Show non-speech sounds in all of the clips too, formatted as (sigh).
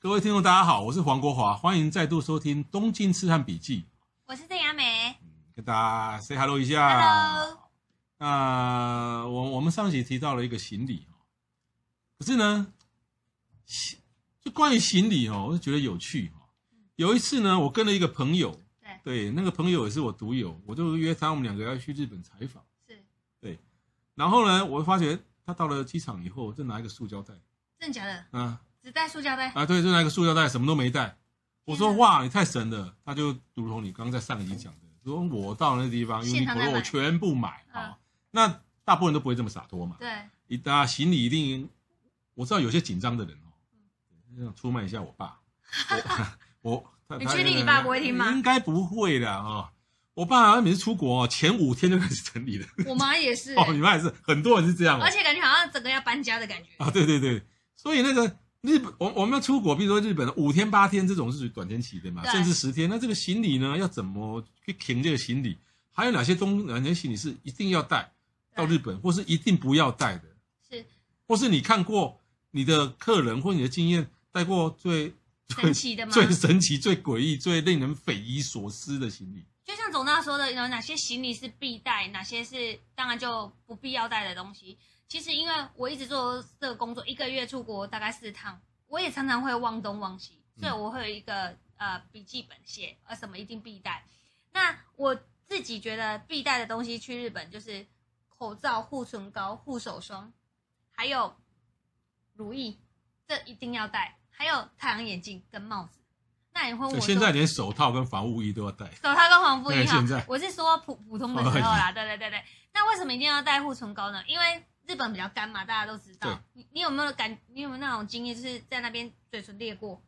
各位听众，大家好，我是黄国华，欢迎再度收听《东京痴汉笔记我是郑雅美。》，跟大家 say hello 一下。 Hello，那我我们上集提到了一个行李哦，可是呢，行就关于行李哦，我就觉得有趣哦。有一次呢，我跟了一个朋友，对，对，那个朋友也是我独友，我就约他，我们两个要去日本采访。是然后呢，我发觉他到了机场以后，就拿一个塑胶袋，真的假的？啊只带塑胶袋，啊，对，就拿一个塑胶袋，什么都没带。我说天哪哇，你太神了！他就如同你刚刚在上一集讲的，说我到那地方现场 Uniqlo 再我买全部买啊、嗯那大部分人都不会这么洒脱嘛。对，一大行李一定，我知道有些紧张的人哦，想出卖一下我爸， (laughs) 我我他你他确定那个你爸不会听吗应该不会的啊、哦，我爸每次出国、哦、前五天就开始整理了，我妈也是、 (laughs) 哦，你爸也是，很多人是这样、哦，而且感觉好像整个要搬家的感觉。啊，对对对，所以那个日本，我我们要出国，比如说日本五天八天这种是属于短天期的嘛，对甚至十天。那这个行李呢，要怎么去停这个行李？还有哪些东哪些行李是一定要带到日本，或是一定不要带的？是，或是你看过你的客人或你的经验带过最神奇的 (laughs) 吗最神奇、最诡异、最令人匪夷所思的行李？就像总大说的，有哪些行李是必带，哪些是当然就不必要带的东西。其实因为我一直做这个工作，一个月出国大概四趟，我也常常会忘东忘西，嗯所以我会有一个呃笔记本写，呃什么一定必带。那我自己觉得必带的东西去日本就是口罩、护唇膏、护手霜，还有乳液，这一定要带，还有太阳眼镜跟帽子。那你会问我对，说现在连手套跟防护衣都要带。手套跟黄布一对现在哦样。我是说普普通的时候啦，对对对对。那为什么一定要带护唇膏呢？因为日本比较干嘛，大家都知对道。你你有没有感？你有没有那种经验，就是在那边嘴唇裂过，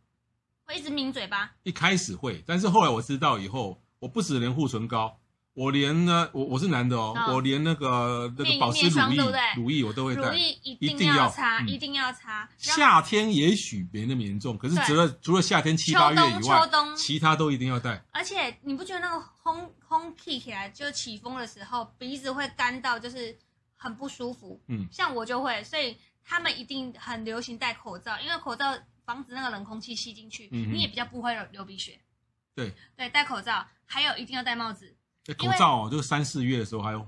会一直抿嘴巴？一开始会，但是后来我知道以后，我不止连护唇膏，我连呢，我我是男的哦，嗯我连那个那个面保湿面霜乳对不对液，乳液我都会乳带。液一一定定要要擦，嗯一定要擦。然后夏天也许没那么严重，可是对除了除了夏天七秋八月冬以秋外，冬，其他都一定要带。而且你不觉得那个烘烘气起来，就起风的时候，鼻子会干到就是很不舒服。嗯，像我就会，所以他们一定很流行戴口罩，因为口罩防止那个冷空气吸进去，嗯哼你也比较不会流流鼻血。对对，戴口罩，还有一定要戴帽子，那因口为嗯罩哦，就三四月的时候还有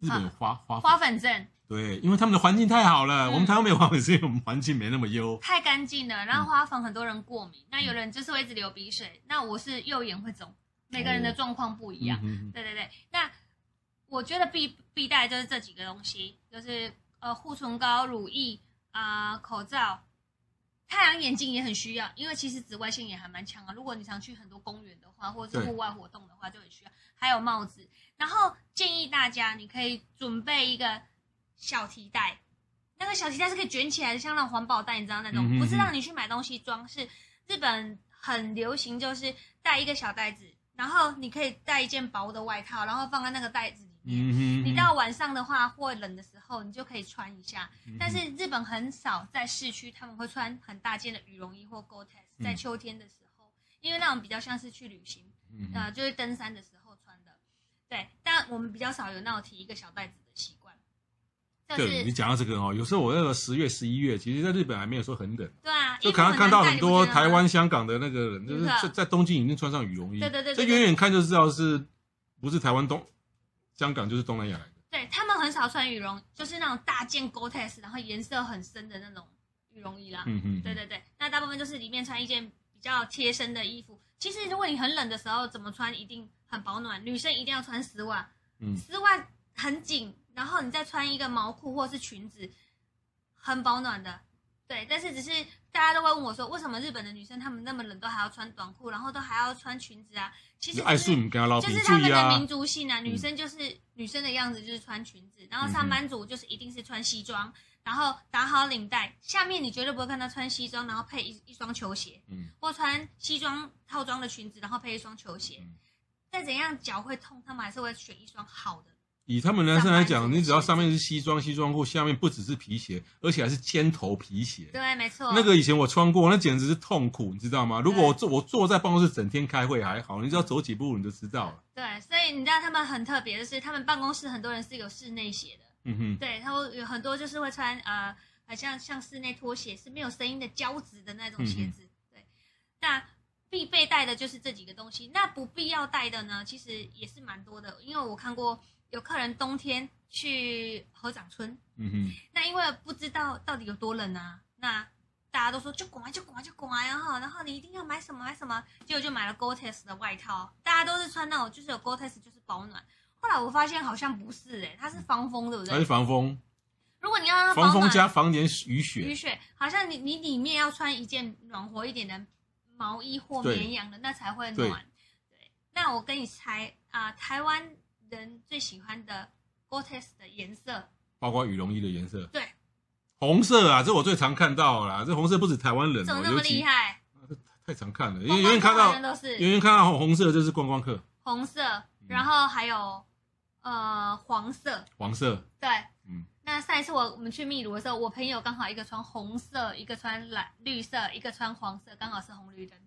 日本有花花粉，花粉症对，因为他们的环境太好了，嗯我们台湾没有花粉，是因为我们环境没那么优。太干净嗯了，然后花粉很多人过敏，那有人就是会一直流鼻水，那我是右眼会肿，每个人的哦状况不一样嗯。哼对对对，那我觉得必必带就是这几个东西，就是呃护唇膏、乳液啊、口罩、太阳眼镜也很需要，因为其实紫外线也还蛮强啊。如果你常去很多公园的话，或者是对户外活动的话，就很需要。还有帽子，然后建议大家你可以准备一个小提袋。那个小提袋是可以卷起来的，像那种环保袋，你知道那种，嗯哼不是哼让你去买东西装，是日本很流行，就是带一个小袋子，然后你可以带一件薄的外套，然后放在那个袋子里面。嗯哼，你到晚上的话或冷的时候，你就可以穿一下。嗯哼，但是日本很少在市区，他们会穿很大件的羽绒衣或 Gore-Tex，在嗯秋天的时候，因为那种比较像是去旅行，嗯哼呃，就是登山的时候穿的。对，但我们比较少有那种提一个小袋子的习惯。这对呃是你讲到这个哦，有时候我那个十月、十一月，其实在日本还没有说很冷。对啊，就衣服看很看到难带很多台，你湾、香港的那个人，就是真的在在东京已经穿上羽绒衣，啊对对对对这对远远看就知道是不是台湾东香港就是东南亚来的。不觉得吗对他们很少穿羽绒，就是那种大件 Gore-Tex，然后颜色很深的那种羽绒衣啦。嗯嗯，对对对，那大部分就是里面穿一件比较贴身的衣服。其实如果你很冷的时候，怎么穿一定很保暖。女生一定要穿丝袜，嗯丝袜很紧，然后你再穿一个毛裤或是裙子，很保暖的。对，但是只是大家都会问我说，为什么日本的女生她们那么冷都还要穿短裤，然后都还要穿裙子啊？其实就爱只是睡你跟他捞就皮，是注他们意的民啊，嗯族性啊，女生就是女生的样子就是穿裙子，然后上班族就是一定是穿西装，然后打好领带，下面你绝对不会看到穿西装，然后配一一双球鞋，嗯，或穿西装套装的裙子，然后配一双球鞋。嗯再怎样脚会痛，他们还是会选一双好的。以他们男生来上讲，班族你只要上面是西装、西装裤，下面不只是皮鞋，而且还是尖头皮鞋。对，没错。那个以前我穿过，那简直是痛苦，你知道吗？如果我坐我坐在办公室整天开会还好，你只要走几步你就知道了。对，所以你知道他们很特别的是，他们办公室很多人是有室内鞋的，嗯哼，对，他们有很多就是会穿呃，好像像室内拖鞋是没有声音的胶质的那种鞋子。对，那必备带的就是这几个东西。那不必要带的呢，其实也是蛮多的，因为我看过有客人冬天去合掌村，嗯哼，那因为不知道到底有多冷啊，那大家都说就滚啊就滚啊就滚啊，然后然后你一定要买什么买什么，结果就买了 Gore-Tex 的外套，大家都是穿那种就是有 Gore-Tex 就是保暖。后来我发现好像不是诶、它是防风对不还是对？防风，如果你要让它防保风暖，加防点雨雨雪。雪，好像你你里面要穿一件暖和一点的毛衣或对绵羊的，那才会对暖。对，那我跟你猜啊、台湾人最喜欢的 Gore-Tex 的颜色，包括羽绒衣的颜色，对，红色啊，这我最常看到啦。这红色不止台湾人怎么哦，那尤么其厉害？太常看了，因我为远远看好到像都是远远看到红色就是观光客，红色，嗯然后还有呃黄色，黄色，对，嗯，那上一次我我们去秘鲁的时候，我朋友刚好一个穿红色，一个穿蓝绿色，一个穿黄色，刚好是红 (laughs) 绿灯。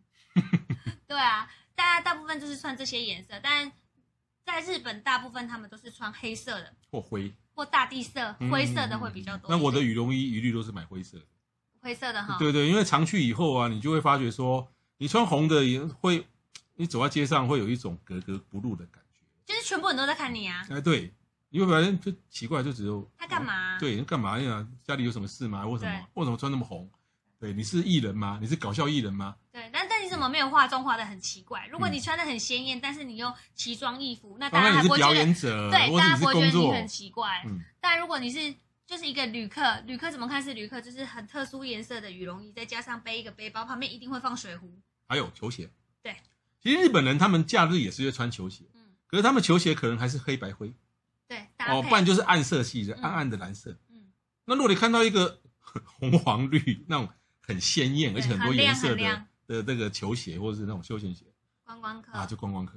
对啊，大家大部分就是穿这些颜色，但在日本大部分他们都是穿黑色的或灰，或大地色、嗯灰色的会比较多一那点。啊我的羽绒衣一律都是买灰色的。灰色的哈，对对，因为常去以后啊，你就会发觉说，你穿红的也会，你走在街上会有一种格格不入的感觉。就是全部人都在看你啊，哎，对，因为反正就奇怪，就只有哦他干、嘛？啊对，干嘛哎呀？家里有什么事吗？为什对么为什么穿那么红？对，你是艺人吗？你是搞笑艺人吗？对，但但你怎么没有化妆化的很奇怪？如果你穿的很鲜艳，但是你又奇装异服，那啊大家那还你不是会觉表得演者，对，呃或者大家你不是会觉工得你作，很奇怪。嗯但如果你是就是一个旅客，旅客怎么看是旅客，就是很特殊颜色的羽绒衣，再加上背一个背包，旁边一定会放水壶。还有球鞋。对，其实日本人他们假日也是会穿球鞋，嗯，可是他们球鞋可能还是黑白灰对，搭配。哦，不然就是暗色系的，嗯暗暗的蓝色。嗯，那如果你看到一个 (laughs) 红黄绿那种很鲜艳，而且很多颜色很的亮嗯的那个球鞋或者是那种休闲鞋观光客，啊，就观光客。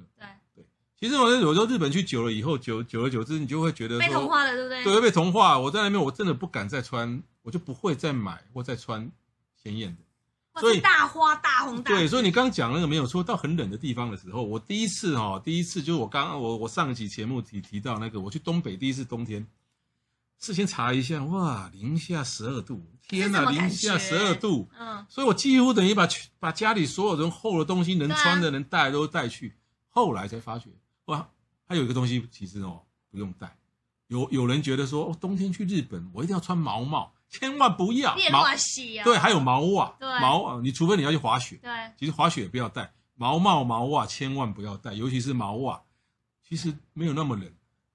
对，其实我有时候日本去久了以后，久久而久之，你就会觉得被同说，化了，对不对？对，会被同化。我在那边我真的不敢再穿，我就不会再买或再穿鲜艳的。哇所以这大花大红大紫对，所以你刚刚讲那个没有错，到很冷的地方的时候，我第一次哦，第一次就是我刚我我上一期节目提提到那个，我去东北第一次冬天，事先查一下，哇，零下十二度，天是什呐，么感零下觉十二度，嗯，所以我几乎等于把去把家里所有人厚的东西能对啊穿的、能带的都带去。后来才发觉，哇，还有一个东西其实哦不用带。有有人觉得说，哦，冬天去日本我一定要穿毛帽，千万不要变毛，化系啊，对，还有毛袜对，毛啊，你除非你要去滑雪，对，其实滑雪也不要带，毛帽、毛袜千万不要带，尤其是毛袜，其实没有那么冷。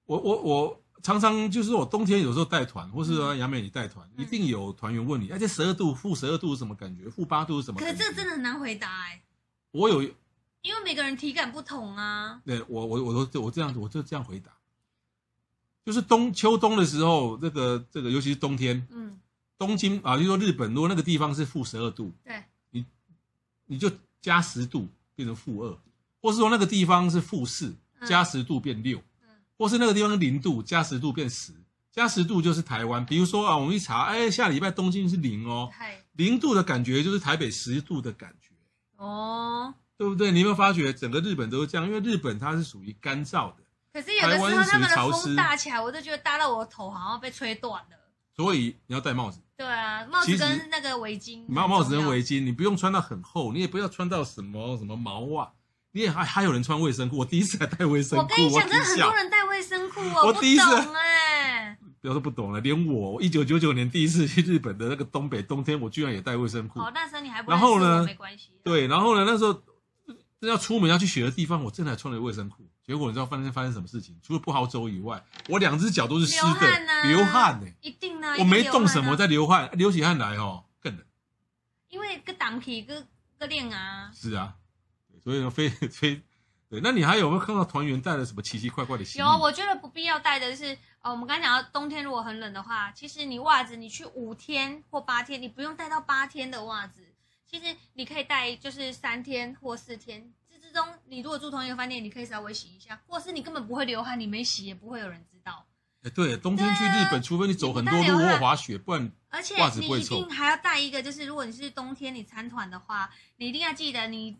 我我我常常就是我冬天有时候带团，或是说嗯杨美你带团，一嗯定有团员问你，哎，这十二度、负十二度是什么感觉？负八度是什么可感是觉？这真的很难回答哎，我有，因为每个人体感不同啊。对我我我都我这样子，我就这样回答，就是冬秋冬的时候，这个这个，尤其是冬天，嗯，东京啊，就说日本，如果那个地方是负十二度，对，你就加十度变成负二，或是说那个地方是负四，嗯加十度变六、嗯或是那个地方零度，加十度变十，加十度就是台湾。比如说啊，我们一查，哎，下礼拜东京是零哦，嗨，零度的感觉就是台北十度的感觉，哦。对不对？你有没有发觉整个日本都是这样？因为日本它是属于干燥的，可是有的台时候湾是他们的潮湿风大起来，我都觉得搭到我的头好像被吹断了。所以你要戴帽子，对啊，帽其子实跟那个围巾，帽帽子跟围，巾，你不用穿到很厚，你也不要穿到什么什么毛袜。你也还还有人穿卫生裤，我第一次还戴卫生我裤，跟你讲，挺真的很笑多人带卫生裤哦，我不第一次懂 (laughs) 哎，不要说不懂了，连我一九九九年第一次去日本的那个东北冬天，我居然也带卫生裤。哦，那时候你还不然后认识我呢没关系。，对，然后呢，那时候真要出门要去雪的地方，我真的还穿了卫生裤。结果你知道发生发生什么事情？除了不好走以外，我两只脚都是湿流汗啊呐，的，流汗呢、一定呢，我一定没流汗动啊什么，我，在流汗，流起汗来哦，更冷。因为个挡皮个个练啊，是啊，所以呢，非非。对，那你还有没有看到团员带了什么奇奇怪怪的行有李？啊，我觉得不必要带的是，呃，我们刚才讲到冬天如果很冷的话，其实你袜子你去五天或八天，你不用带到八天的袜子，其实你可以带就是三天或四天。这之中，你如果住同一个饭店，你可以稍微洗一下，或是你根本不会流汗，你没洗也不会有人知道。哎对，冬天去对啊日本，除非你走很多你不带路流汗或滑雪，不然而且袜子你不会一臭定还要带一个，就是如果你是冬天你参团的话，你一定要记得你，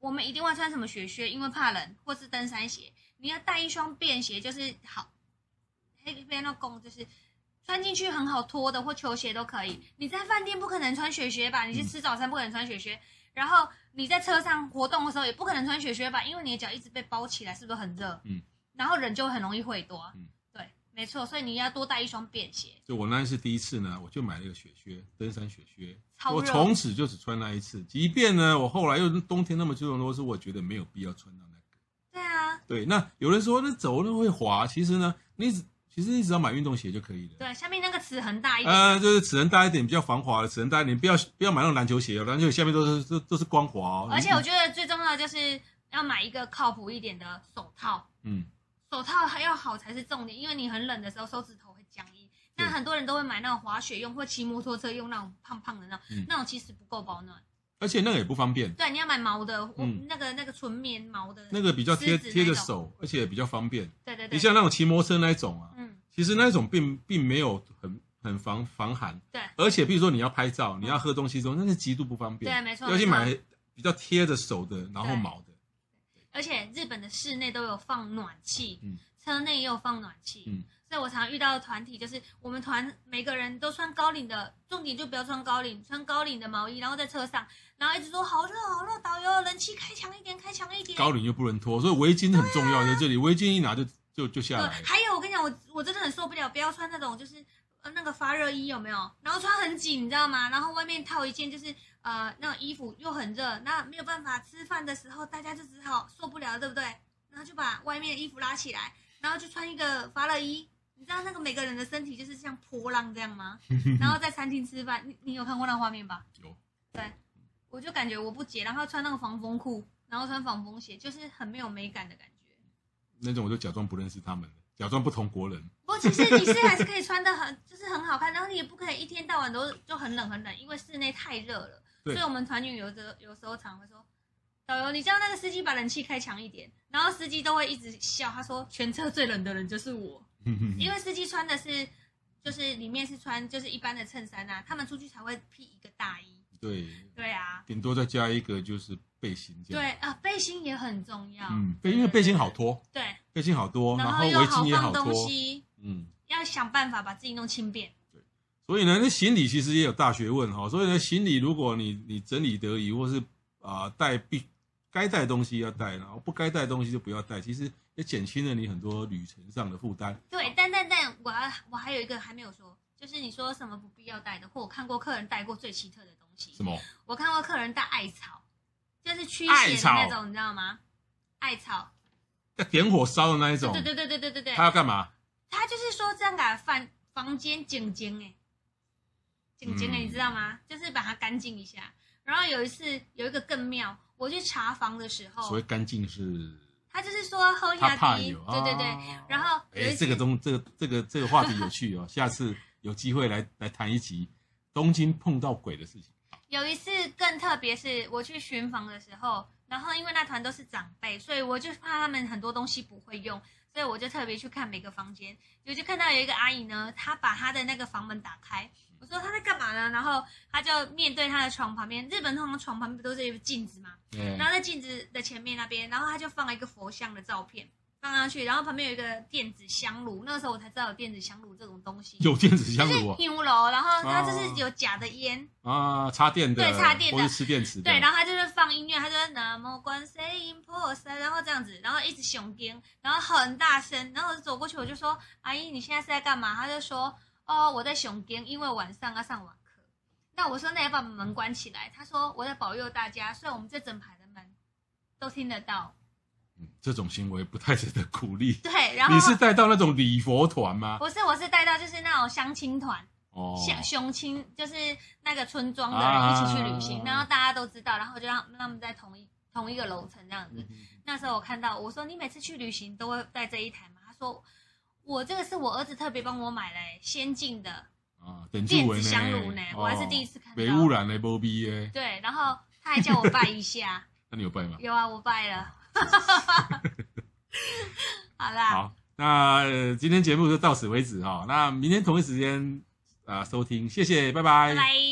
我们一定会穿什么雪靴，因为怕冷，或是登山鞋，你要带一双便鞋，就是好，黑边那工就是穿进去很好脱的，或球鞋都可以。你在饭店不可能穿雪靴吧？你去吃早餐不可能穿雪靴，然后你在车上活动的时候也不可能穿雪靴吧？因为你的脚一直被包起来，是不是很热？嗯，然后人就很容易会多。嗯，对，没错，所以你要多带一双便鞋。就我那一次第一次呢，我就买了一个雪靴，登山雪靴，超热哦我从此就只穿那一次。即便呢，我后来又冬天那么多多次，我觉得没有必要穿到那个。对啊。对，那有人说那走路会滑，其实呢，你只其实你只要买运动鞋就可以了。对，下面那个词很大一点，呃，就是齿轮大一点，比较防滑的齿轮大一点，不要不要买那种篮球鞋哦，篮球鞋下面都是都都是光滑哦。而且我觉得最重要的就是要买一个靠谱一点的手套，嗯，手套还要好才是重点，因为你很冷的时候手指头会僵硬。那对很多人都会买那种滑雪用或骑摩托车用那种胖胖的那种，嗯那种其实不够保暖。而且那个也不方便，对，你要买毛的，我嗯那个那个纯棉毛的，那个比较贴狮子那种贴着手，而且也比较方便。对对你对，像那种骑摩托车那一种啊，嗯，其实那一种并并没有很很防防寒，对而且比如说你要拍照，你要喝东西之后，那是极度不方便，对，没错，要去没错买比较贴着手的，然后毛的，而且日本的室内都有放暖气，嗯车内也有放暖气，嗯所以我常遇到的团体就是我们团每个人都穿高领的，重点就不要穿高领，穿高领的毛衣，然后在车上，然后一直说好热好热，导游人气开强一点，开强一点。高领又不能脱，所以围巾很重要，在这里围巾一拿就就就下对，来了，呃还有我跟你讲，我我真的很受不了，不要穿那种就是呃那个发热衣有没有？然后穿很紧，你知道吗？然后外面套一件就是呃那种衣服又很热，那没有办法吃饭的时候，大家就只好受不了，对不对？然后就把外面的衣服拉起来，然后就穿一个发热衣。你知道那个每个人的身体就是像波浪这样 (laughs) 吗？然后在餐厅吃饭，你你有看过那画面吧？有。对，我就感觉我不解，然后穿那个防风裤，然后穿防风鞋，就是很没有美感的感觉。那种我就假装不认识他们了，假装不同国人。不过其实你是还是可以穿的很，就是很好看，然后你也不可以一天到晚都就很冷很冷，因为室内太热了。对所以我们团员有的有时候常会说，导游，你叫那个司机把冷气开强一点，然后司机都会一直笑，他说全车最冷的人就是我，嗯因为司机穿的是就是里面是穿就是一般的衬衫啊，他们出去才会披一个大衣。 (laughs) 对，对啊，顶多再加一个就是背心这样。对，啊、背心也很重要。嗯，背因为背心好脱，对，背心好多，然然后围又好巾也好放东脱，西，嗯。要想办法把自己弄轻便。所以呢，那行李其实也有大学问哈、所以呢，行李如果你你整理得宜，或是啊、带必该带的东西要带，然后不该带的东西就不要带，其实也减轻了你很多旅程上的负担。对，但但但我要我还有一个还没有说，就是你说什么不必要带的，或我看过客人带过最奇特的东西什。么？我看过客人带艾草，就是驱艾邪的草那种，你知道吗？艾草，要点火烧的那一对种，对对对对对对对他，要干嘛？他就是说这样把房房间整间哎，整间哎，嗯你知道吗？就是把它干净一下。然后有一次有一个更妙，我去查房的时所谓候，干净是他就是说喝他下怕滴，有，对对对，啊然后有一哎，次这个东这个这个这个话题有趣哦，下次有机会来来谈一集东京碰到鬼的事情。有一次更特别是，我去巡房的时候，然后因为那团都是长辈，所以我就怕他们很多东西不会用，所以我就特别去看每个房间。我就看到有一个阿姨呢，她把她的那个房门打开，嗯我说她在干嘛呢？然后她就面对她的床旁边，日本通常床旁边不都是有镜子吗？哎然后在镜子的前面那边，然后他就放了一个佛像的照片放上去，然后旁边有一个电子香炉，那个时候我才知道有电子香炉这种东西。有电子香就是炉哦哦牛楼，然后它就是有假的烟，啊，插电的，对插电的或是吃电池的，对，然后他就是放音乐，他就南无观世音菩萨，然后这样子，然后一直熊颠，然后很大声，然后我就走过去，我就说：“阿姨，你现在是在干嘛？”他就说：“哦，我在熊颠，因为晚上要上网课。”那我说：“那要把门关起来。”他说：“我在保佑大家，虽然我们这整排的门都听得到。嗯这种行为不太值得鼓励”。对，然后你是带到那种礼佛团吗？不是我是带到就是那种相亲团，哦，像熊亲就是那个村庄的人一起去旅行，啊然后大家都知道，然后就让让他们在同一同一个楼层这样子。嗯那时候我看到我说你每次去旅行都会带这一台吗？他说我这个是我儿子特别帮我买来、先进的啊，等住电文子呢，香炉呢，我还是哦第一次看到。没污染嘞，波逼耶，对，然后他还叫我拜 (laughs) 一下，那你有拜吗？有啊，我 (laughs) 拜了。好啦，好，那、呃今天节目就到此为止哈、哦。那明天同一时间啊、呃收听，谢谢，拜拜拜。